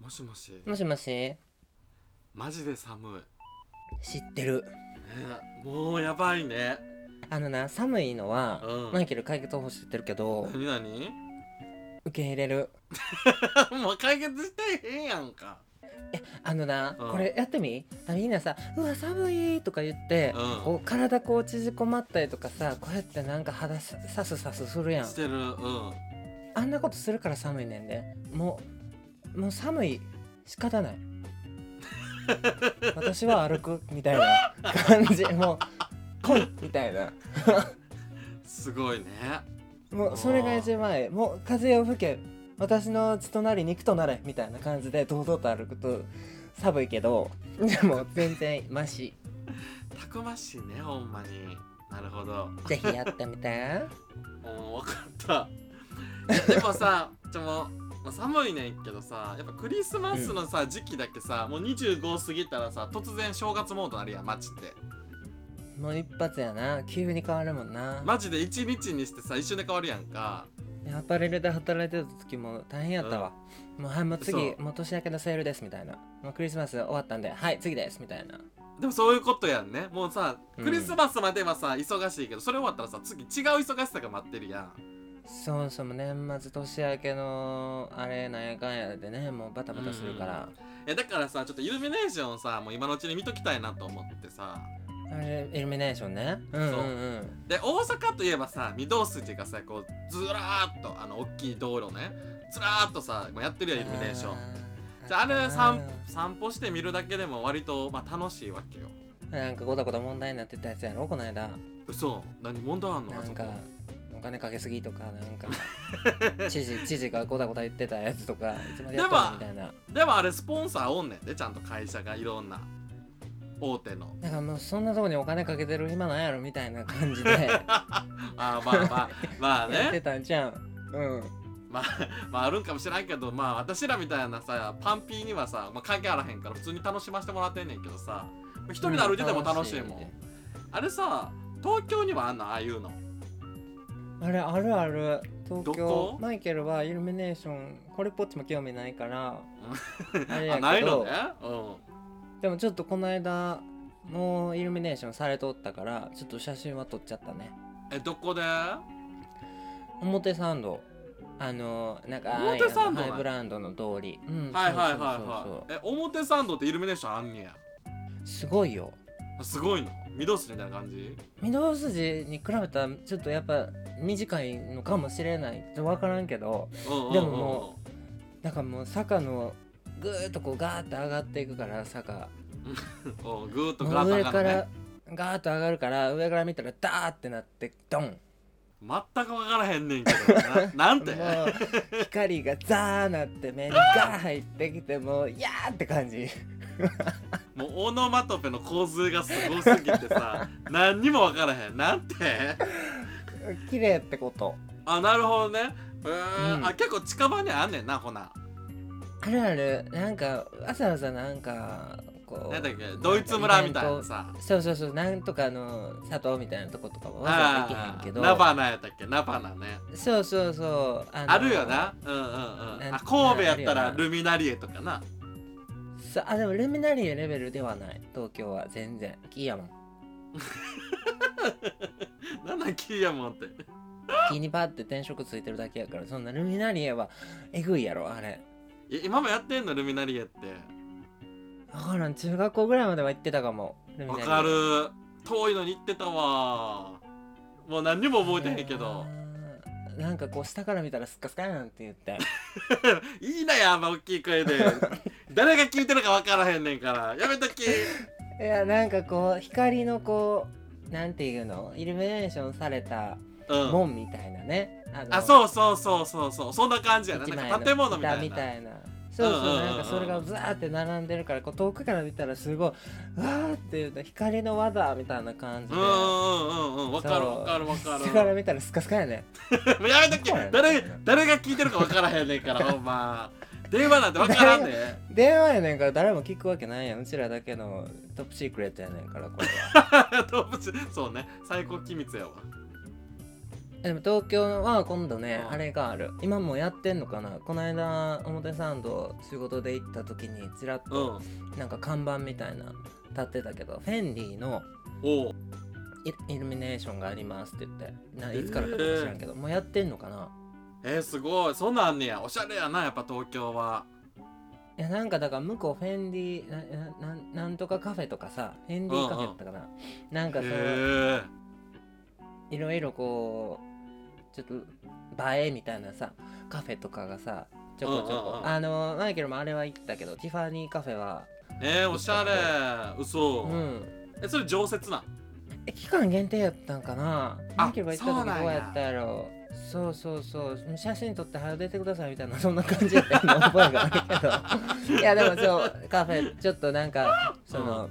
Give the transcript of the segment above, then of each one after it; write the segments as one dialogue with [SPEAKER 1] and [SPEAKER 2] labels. [SPEAKER 1] もしもし
[SPEAKER 2] もしもし
[SPEAKER 1] マジで寒い
[SPEAKER 2] 知ってる
[SPEAKER 1] ねもうやばいね
[SPEAKER 2] あのな寒いのは、
[SPEAKER 1] うん
[SPEAKER 2] マイケル解決方法知ってるけど
[SPEAKER 1] 何何
[SPEAKER 2] 受け入れる
[SPEAKER 1] もう解決してへんやんか
[SPEAKER 2] あのな、
[SPEAKER 1] うん
[SPEAKER 2] これやってみあみんなさ「うわ寒い」とか言って、
[SPEAKER 1] うん
[SPEAKER 2] こう体こう縮こまったりとかさこうやってなんか肌ささすさすするやん
[SPEAKER 1] してるうん
[SPEAKER 2] あんなことするから寒いねんでもうもう寒い仕 方ない私は歩くみたいな感じもう来いみたいな
[SPEAKER 1] すごいね
[SPEAKER 2] もうそれが一番いいもう風を吹け私の血となり肉となれみたいな感じで堂々と歩くと寒いけどでも全然マシ
[SPEAKER 1] たくましいねほんまになるほど
[SPEAKER 2] ぜひやってみて
[SPEAKER 1] もう分かったでもさちょもうまあ寒いねんけどさやっぱクリスマスのさ、時期だけさもう25過ぎたらさ突然正月モードあるやん街って
[SPEAKER 2] もう一発やな急に変わるもんな、
[SPEAKER 1] マジで1日にしてさ一瞬で変わるやんか
[SPEAKER 2] アパレルで働いてた時も大変やったわ、もうはいもう次
[SPEAKER 1] そう
[SPEAKER 2] もう年明けのセールですみたいなもうクリスマス終わったんではい次ですみたいな
[SPEAKER 1] でもそういうことやんねもうさ
[SPEAKER 2] うん
[SPEAKER 1] クリスマスまではさ、忙しいけどそれ終わったらさ次違う忙しさが待ってるやん
[SPEAKER 2] そもそも年末年明けのあれなんやかんやでねもうバタバタするから、
[SPEAKER 1] えだからさちょっとイルミネーションをさもう今のうちに見ときたいなと思ってさ
[SPEAKER 2] あれイルミネーションねうんうんうん
[SPEAKER 1] で大阪といえばさ御堂筋がさこうずらーっとあの大きい道路ねずらーっとさもうやってるやんイルミネーションじゃああれ散散歩して見るだけでも割と、まあ、楽しいわけよ
[SPEAKER 2] なんかごたごた問題になってたやつやろこの間
[SPEAKER 1] 嘘何問題あんの
[SPEAKER 2] な
[SPEAKER 1] あそ
[SPEAKER 2] ん
[SPEAKER 1] こ
[SPEAKER 2] かお金かけすぎとかなん か知事知事がごたごた言ってたやつとかいつまでやったのみたいな
[SPEAKER 1] でもあれスポンサーおんねんでちゃんと会社がいろんな大手の
[SPEAKER 2] なんかもうそんなとこにお金かけてる暇ないやろみたいな感 じで
[SPEAKER 1] あーまあまあまあ
[SPEAKER 2] やって
[SPEAKER 1] ね
[SPEAKER 2] たんじゃんうん
[SPEAKER 1] まあまああるんかもしれんけどまあ私らみたいなさパンピーにはさ、まあ、関係あらへんから普通に楽しませてもらってんねんけどさ一人で歩いてても楽しいもん、
[SPEAKER 2] うん
[SPEAKER 1] あれさ東京にはあんのああいうの
[SPEAKER 2] あれあるある東
[SPEAKER 1] どこ
[SPEAKER 2] 京マイケルはイルミネーションこれっぽっちも興味ないからあれや
[SPEAKER 1] あ
[SPEAKER 2] けど
[SPEAKER 1] ないのねうん
[SPEAKER 2] でもちょっとこの間もうイルミネーションされとったからちょっと写真は撮っちゃったね
[SPEAKER 1] えどこで
[SPEAKER 2] 表参道あのなんか
[SPEAKER 1] 表参道なん
[SPEAKER 2] ハイブランドの通りうん
[SPEAKER 1] はいはいはい
[SPEAKER 2] そうそう
[SPEAKER 1] は
[SPEAKER 2] そう
[SPEAKER 1] い。え、表参道ってイルミネーションあんねや。
[SPEAKER 2] そうすごいよ
[SPEAKER 1] すごいの。緑筋みたいな感じ
[SPEAKER 2] 御堂筋に比べたらちょっとやっぱ短いのかもしれないちょっと分からんけど
[SPEAKER 1] うんうんうん。
[SPEAKER 2] でももなんかもう坂のぐーっとこうガーッと上がっていくから坂
[SPEAKER 1] うん、ぐーっと
[SPEAKER 2] も
[SPEAKER 1] ガ
[SPEAKER 2] う
[SPEAKER 1] ー
[SPEAKER 2] 上
[SPEAKER 1] ッと
[SPEAKER 2] か
[SPEAKER 1] 上がる
[SPEAKER 2] らガーッと上がるから上から見たらダーってなってドン
[SPEAKER 1] ね。全くわからへんねんけど。ななんて
[SPEAKER 2] もう光がザーなっ て目にガー入ってきてもういやーって感じ
[SPEAKER 1] もうオノマトペの洪水がすごすぎてさ、何にもわからへん。なんて
[SPEAKER 2] 綺麗ってこと
[SPEAKER 1] あ、なるほどね。うーん、
[SPEAKER 2] うん
[SPEAKER 1] あ、結構近場にあんねんな、ほな。
[SPEAKER 2] あるあるなんかわざわざなんかこう
[SPEAKER 1] なんだっけ、ドイツ村みたいなさ。
[SPEAKER 2] そうそうそうなんとかの里みたいなとことかもわざわざ行けへんけど
[SPEAKER 1] ナバナやったっけ、ナバナね。
[SPEAKER 2] そうそうそうあの
[SPEAKER 1] あるよな。うんうんうん。
[SPEAKER 2] なん
[SPEAKER 1] あ、神戸やったら
[SPEAKER 2] あるよな
[SPEAKER 1] ルミナリエとかな。
[SPEAKER 2] そうあでもルミナリエレベルではない東京は全然木やもん
[SPEAKER 1] なんなんキーヤモンって。
[SPEAKER 2] 木にパって転職ついてるだけやからそんなルミナリエはえぐいやろあれ
[SPEAKER 1] え今もやってんのルミナリエって
[SPEAKER 2] わからん中学校ぐらいまでは行ってたかもルミ
[SPEAKER 1] わ
[SPEAKER 2] ナリエ
[SPEAKER 1] かる遠いのに行ってたわもう何にも覚えてへんけど
[SPEAKER 2] あーなんかこう下から見たらスッカスカやなんて言って
[SPEAKER 1] いいなやあんま大きい声 で誰が聞いてるかわからへんねんからやめとき
[SPEAKER 2] いやなんかこう光のこうなんていうのイルミネーションされた
[SPEAKER 1] うん
[SPEAKER 2] 門みたいなね、
[SPEAKER 1] あ
[SPEAKER 2] う
[SPEAKER 1] そうそうそうそうそうそんな感じやな
[SPEAKER 2] 一
[SPEAKER 1] な
[SPEAKER 2] 枚
[SPEAKER 1] ん
[SPEAKER 2] の
[SPEAKER 1] か建物みたいな
[SPEAKER 2] 板みたいなそうそう,、
[SPEAKER 1] うんうんうんうん
[SPEAKER 2] なんかそれがザーって並んでるからこう遠くから見たらすごいうわーっていうと光の輪だみたいな感じ
[SPEAKER 1] う
[SPEAKER 2] で
[SPEAKER 1] んうんうんうんわかる
[SPEAKER 2] そう
[SPEAKER 1] わかるわか
[SPEAKER 2] 下から
[SPEAKER 1] る
[SPEAKER 2] 見たらスカスカやね
[SPEAKER 1] もうやめとき
[SPEAKER 2] そうやね
[SPEAKER 1] 誰誰が聞いてるかわからへんねん からほんま電話なんてわからんねん
[SPEAKER 2] 電話やねんから誰も聞くわけないやんうちらだけのトップシークレットやねんからこれは
[SPEAKER 1] 動物そうね最高機密やわ
[SPEAKER 2] でも東京は今度ね、
[SPEAKER 1] うん
[SPEAKER 2] あれがある今もやってんのかなこの間表参道仕事で行った時にちらっ
[SPEAKER 1] うん
[SPEAKER 2] となんか看板みたいな立ってたけど、フェンディの
[SPEAKER 1] おう
[SPEAKER 2] イイルミネーションがありますって言ってな
[SPEAKER 1] えー
[SPEAKER 2] いつからか知らんけど、もうやってんのかな
[SPEAKER 1] えー、すごいそんなんあんねやおしゃれやなやっぱ東京はい
[SPEAKER 2] やなんかだから向こうフェンディなななんなんとかカフェとかさフェンディカフェだったかな、なんか
[SPEAKER 1] へ
[SPEAKER 2] そ
[SPEAKER 1] え
[SPEAKER 2] の、
[SPEAKER 1] ー、
[SPEAKER 2] いろいろこうちょっと映えみたいなさカフェとかがさちょこ
[SPEAKER 1] うんうん
[SPEAKER 2] ちょ
[SPEAKER 1] う
[SPEAKER 2] こ
[SPEAKER 1] ん
[SPEAKER 2] あのマイケルもあれは行ったけどティファニーカフェは
[SPEAKER 1] えー、おしゃれ嘘、
[SPEAKER 2] うん
[SPEAKER 1] えそれ常設なん
[SPEAKER 2] え期間限定やったんかな
[SPEAKER 1] あ
[SPEAKER 2] マイケルが行った
[SPEAKER 1] そう
[SPEAKER 2] 時
[SPEAKER 1] なんや
[SPEAKER 2] どうやったやろそうそうそう写真撮って早出てくださいみたいなそんな感じやったの覚えがあるけ どいやでもそうカフェちょっとなんかその、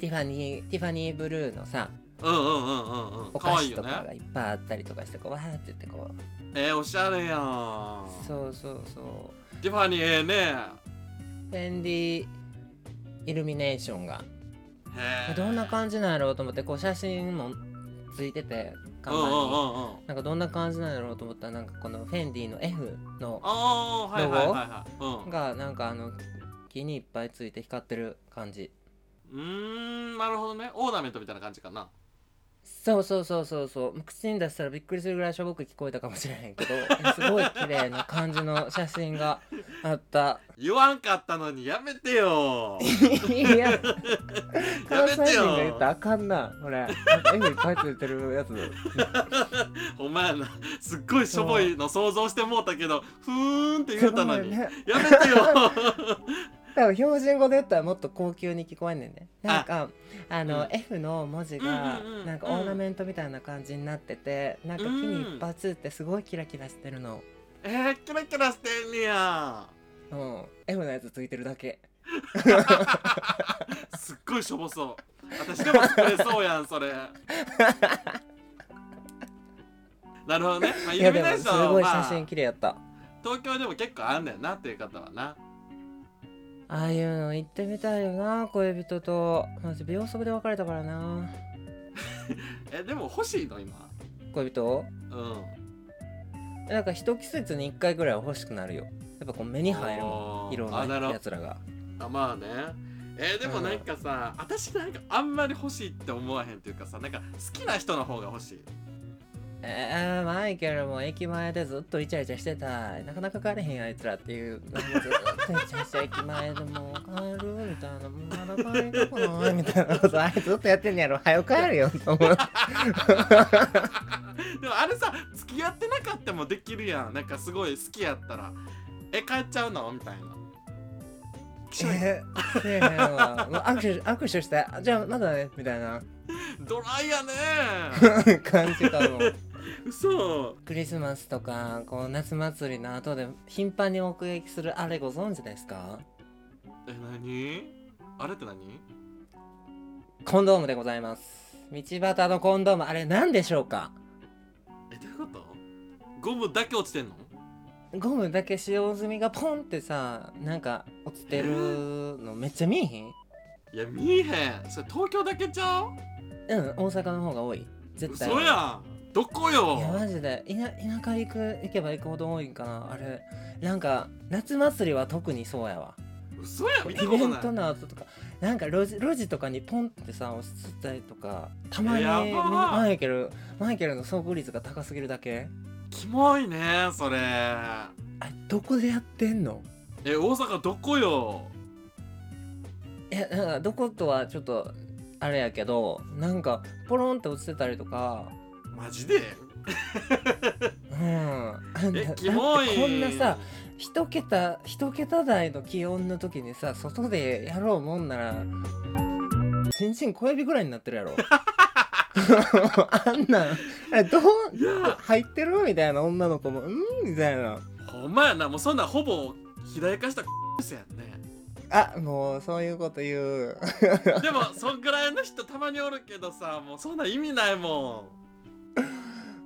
[SPEAKER 2] ティファニーティファニーブルーのさ
[SPEAKER 1] うんうんうんうんうん
[SPEAKER 2] お
[SPEAKER 1] かわ
[SPEAKER 2] 菓
[SPEAKER 1] いい
[SPEAKER 2] 子
[SPEAKER 1] よ
[SPEAKER 2] と
[SPEAKER 1] ね
[SPEAKER 2] かがいっぱいあったりとかしてこうわーって言ってこう
[SPEAKER 1] えー、おしゃれやん
[SPEAKER 2] そうそうそう
[SPEAKER 1] ティファニーええね
[SPEAKER 2] フェンディイルミネーションが
[SPEAKER 1] へえ
[SPEAKER 2] どんな感じなんやろうと思ってこう写真もついてて看
[SPEAKER 1] うんうんうん
[SPEAKER 2] 板に
[SPEAKER 1] うん
[SPEAKER 2] なんかどんな感じなんやろうと思ったらなんかこのフェンディの F の
[SPEAKER 1] ああーはいはいはいはいうん
[SPEAKER 2] がなんかあの木にいっぱいついて光ってる感じ
[SPEAKER 1] うーんなるほどねオーナメントみたいな感じかな
[SPEAKER 2] そうそうそうそうそう口に出したらびっくりするぐらいしょぼく聞こえたかもしれへんけど すごい綺麗な感じの写真があった
[SPEAKER 1] 言わんかったのにやめてよ
[SPEAKER 2] い
[SPEAKER 1] や
[SPEAKER 2] や関
[SPEAKER 1] め
[SPEAKER 2] 西
[SPEAKER 1] て
[SPEAKER 2] 人が言った
[SPEAKER 1] よ
[SPEAKER 2] らあかんなこれ F いっぱいついてるやつ
[SPEAKER 1] お前なすっごいしょぼいの想像してもうたけどふーんって言うたのに、
[SPEAKER 2] すごいね
[SPEAKER 1] やめてよ
[SPEAKER 2] 多分標準語で言ったらもっと高級に聞こえんねんねなんかあ
[SPEAKER 1] う
[SPEAKER 2] の、
[SPEAKER 1] ん
[SPEAKER 2] F の文字が
[SPEAKER 1] うんうんうん
[SPEAKER 2] なんかオーナメントみたいな感じになってて、なんか木にいっぱいついてすごいキラキラしてるの、
[SPEAKER 1] えー、キラキラしてんねや
[SPEAKER 2] うん、F のやつついてるだけ
[SPEAKER 1] すっごいしょぼそう私でも作れそうやんそれなるほどね、まあ、イ
[SPEAKER 2] い
[SPEAKER 1] ル
[SPEAKER 2] や
[SPEAKER 1] ミ
[SPEAKER 2] で
[SPEAKER 1] ネ
[SPEAKER 2] も
[SPEAKER 1] ー
[SPEAKER 2] す
[SPEAKER 1] ションは
[SPEAKER 2] ごい
[SPEAKER 1] まあ
[SPEAKER 2] 写真綺麗やった
[SPEAKER 1] 東京でも結構あんねんなっていう方はな
[SPEAKER 2] ああいうの行ってみたいよな恋人とマジ秒速で別れたからな
[SPEAKER 1] えでも欲しいの今
[SPEAKER 2] 恋人
[SPEAKER 1] うん
[SPEAKER 2] なんか一季節に一回ぐらいは欲しくなるよやっぱこう目に入るも
[SPEAKER 1] お
[SPEAKER 2] ん
[SPEAKER 1] ー
[SPEAKER 2] いろん
[SPEAKER 1] あなる
[SPEAKER 2] な
[SPEAKER 1] ほ
[SPEAKER 2] やつらが
[SPEAKER 1] あまあねえーでもなんかさ、私なんかあんまり欲しいって思わへんっていうかさなんか好きな人の方が欲しい
[SPEAKER 2] えー、マイケルも駅前でずっとイチャイチャしてたいなかなか帰れへんあいつらっていうもうずっとイチャイチャ駅前でもう帰るみたいなもうまだ帰りたくないみたいなことあれずっとやってんねやろ早く帰るよと思
[SPEAKER 1] で
[SPEAKER 2] う
[SPEAKER 1] もあれさ付き合ってなかったもできるやんなんかすごい好きやったらえ帰っちゃうのみたいなきしょい
[SPEAKER 2] えー、せえへんわもう握手握手してあじゃあまだねみたいな
[SPEAKER 1] ドライやね
[SPEAKER 2] 感じかも
[SPEAKER 1] 嘘
[SPEAKER 2] クリスマスとかこう夏祭りの後で頻繁に目撃するあれご存知ですか
[SPEAKER 1] え何あれって何
[SPEAKER 2] コンドームでございます道端のコンドームあれ何でしょうか
[SPEAKER 1] えどういうことゴムだけ落ちてんの
[SPEAKER 2] ゴムだけ使用済みがポンってさなんか落ちてるのめっちゃ見えへん
[SPEAKER 1] いや見えへんそれ東京だけちゃう
[SPEAKER 2] うん大阪の方が多い絶対
[SPEAKER 1] 嘘やんどこよ
[SPEAKER 2] いやマジで田田舎行く行けば行くほど多いんかなあれなんか夏祭りは特にそうやわ
[SPEAKER 1] 嘘やん見た
[SPEAKER 2] イ
[SPEAKER 1] こ
[SPEAKER 2] ベ
[SPEAKER 1] と
[SPEAKER 2] ン
[SPEAKER 1] ない
[SPEAKER 2] トの後とかなんか路地路地とかにポンってさ落ちてたりとかたまに
[SPEAKER 1] やばー
[SPEAKER 2] マイケルマイケルの遭遇率が高すぎるだけ
[SPEAKER 1] キモいねそれ
[SPEAKER 2] あどこでやってんの
[SPEAKER 1] え大阪どこよ
[SPEAKER 2] いやなんかどことはちょっとあれやけどなんかポロンって落ちてたりとか
[SPEAKER 1] マジで
[SPEAKER 2] うん
[SPEAKER 1] えキモ
[SPEAKER 2] だっ
[SPEAKER 1] い
[SPEAKER 2] てこんなさ一桁一桁台の気温の時にさ外でやろうもんならちんちん小指ぐらいになってるやろ あんなんえどう
[SPEAKER 1] いや
[SPEAKER 2] 入ってるみたいな女の子もうんみたいな
[SPEAKER 1] ほんまやなもうそんなんほぼ肥大化したですや んね
[SPEAKER 2] あもうそういうこと言う
[SPEAKER 1] でもそんぐらいの人たまにおるけどさもうそんなん意味ないも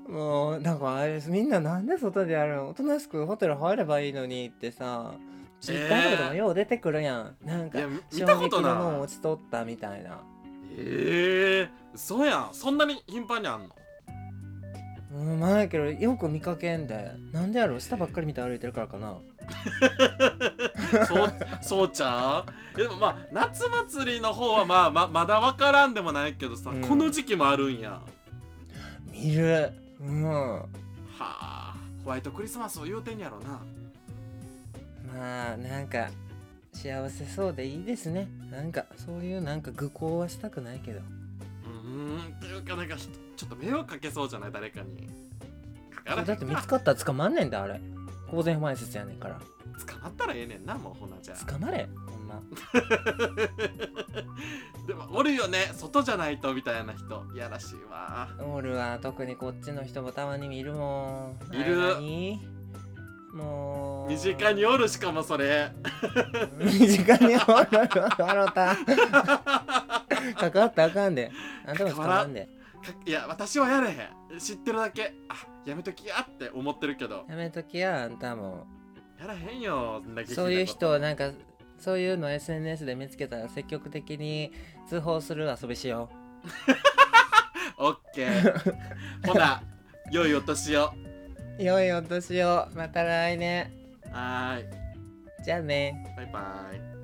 [SPEAKER 2] もうなんかあれですみんななんで外でやるのおとなしくホテル入ればいいのにってさツイッターとかでもよう出てくるやん、なん
[SPEAKER 1] んい
[SPEAKER 2] か
[SPEAKER 1] やみ見
[SPEAKER 2] 衝
[SPEAKER 1] たこと
[SPEAKER 2] 撃のもん
[SPEAKER 1] な
[SPEAKER 2] 落ちとったみたいない
[SPEAKER 1] ええ嘘やんそんなに頻繁にあんの
[SPEAKER 2] うん前やけどよく見かけんでなんでやろ下ばっかり見て歩いてるからかな
[SPEAKER 1] そうそうちゃうでもまあ夏祭りの方はまあままだ分からんでもないけどさ、
[SPEAKER 2] うん
[SPEAKER 1] この時期もあるんやは
[SPEAKER 2] 見るうんま
[SPEAKER 1] あホワイトクリスマスを言うてんやろな
[SPEAKER 2] あなんか幸せそうでいいですねなんかそういうなんか愚行はしたくないけど
[SPEAKER 1] うーんというかなんかひちょっと迷惑かけそうじゃない誰かにかからへん
[SPEAKER 2] だって見つ
[SPEAKER 1] か
[SPEAKER 2] かったら捕まんねんだあれ公然不満説やねんから
[SPEAKER 1] 捕まったらええねんなもうほなじゃあ
[SPEAKER 2] 捕まれほんま
[SPEAKER 1] でもおるよね外じゃないとみたいな人いやらしいわ
[SPEAKER 2] おるわ特にこっちの人もたまに見るもん
[SPEAKER 1] いる
[SPEAKER 2] あれ何もう
[SPEAKER 1] 身近におるしかもそれ
[SPEAKER 2] 身近におる笑った関わったらあかんであんたも捕まんで
[SPEAKER 1] かいや私はやれへん知ってるだけあやめときやって思ってるけど
[SPEAKER 2] やめときやあんたも
[SPEAKER 1] やらへんよそんな下品なこと
[SPEAKER 2] そういう人をなんかそういうの SNS で見つけたら積極的に通報する遊びしよ
[SPEAKER 1] オッケー ほな良いお年を
[SPEAKER 2] う良いお年をまた来年
[SPEAKER 1] はーい
[SPEAKER 2] じゃあね
[SPEAKER 1] バイバイ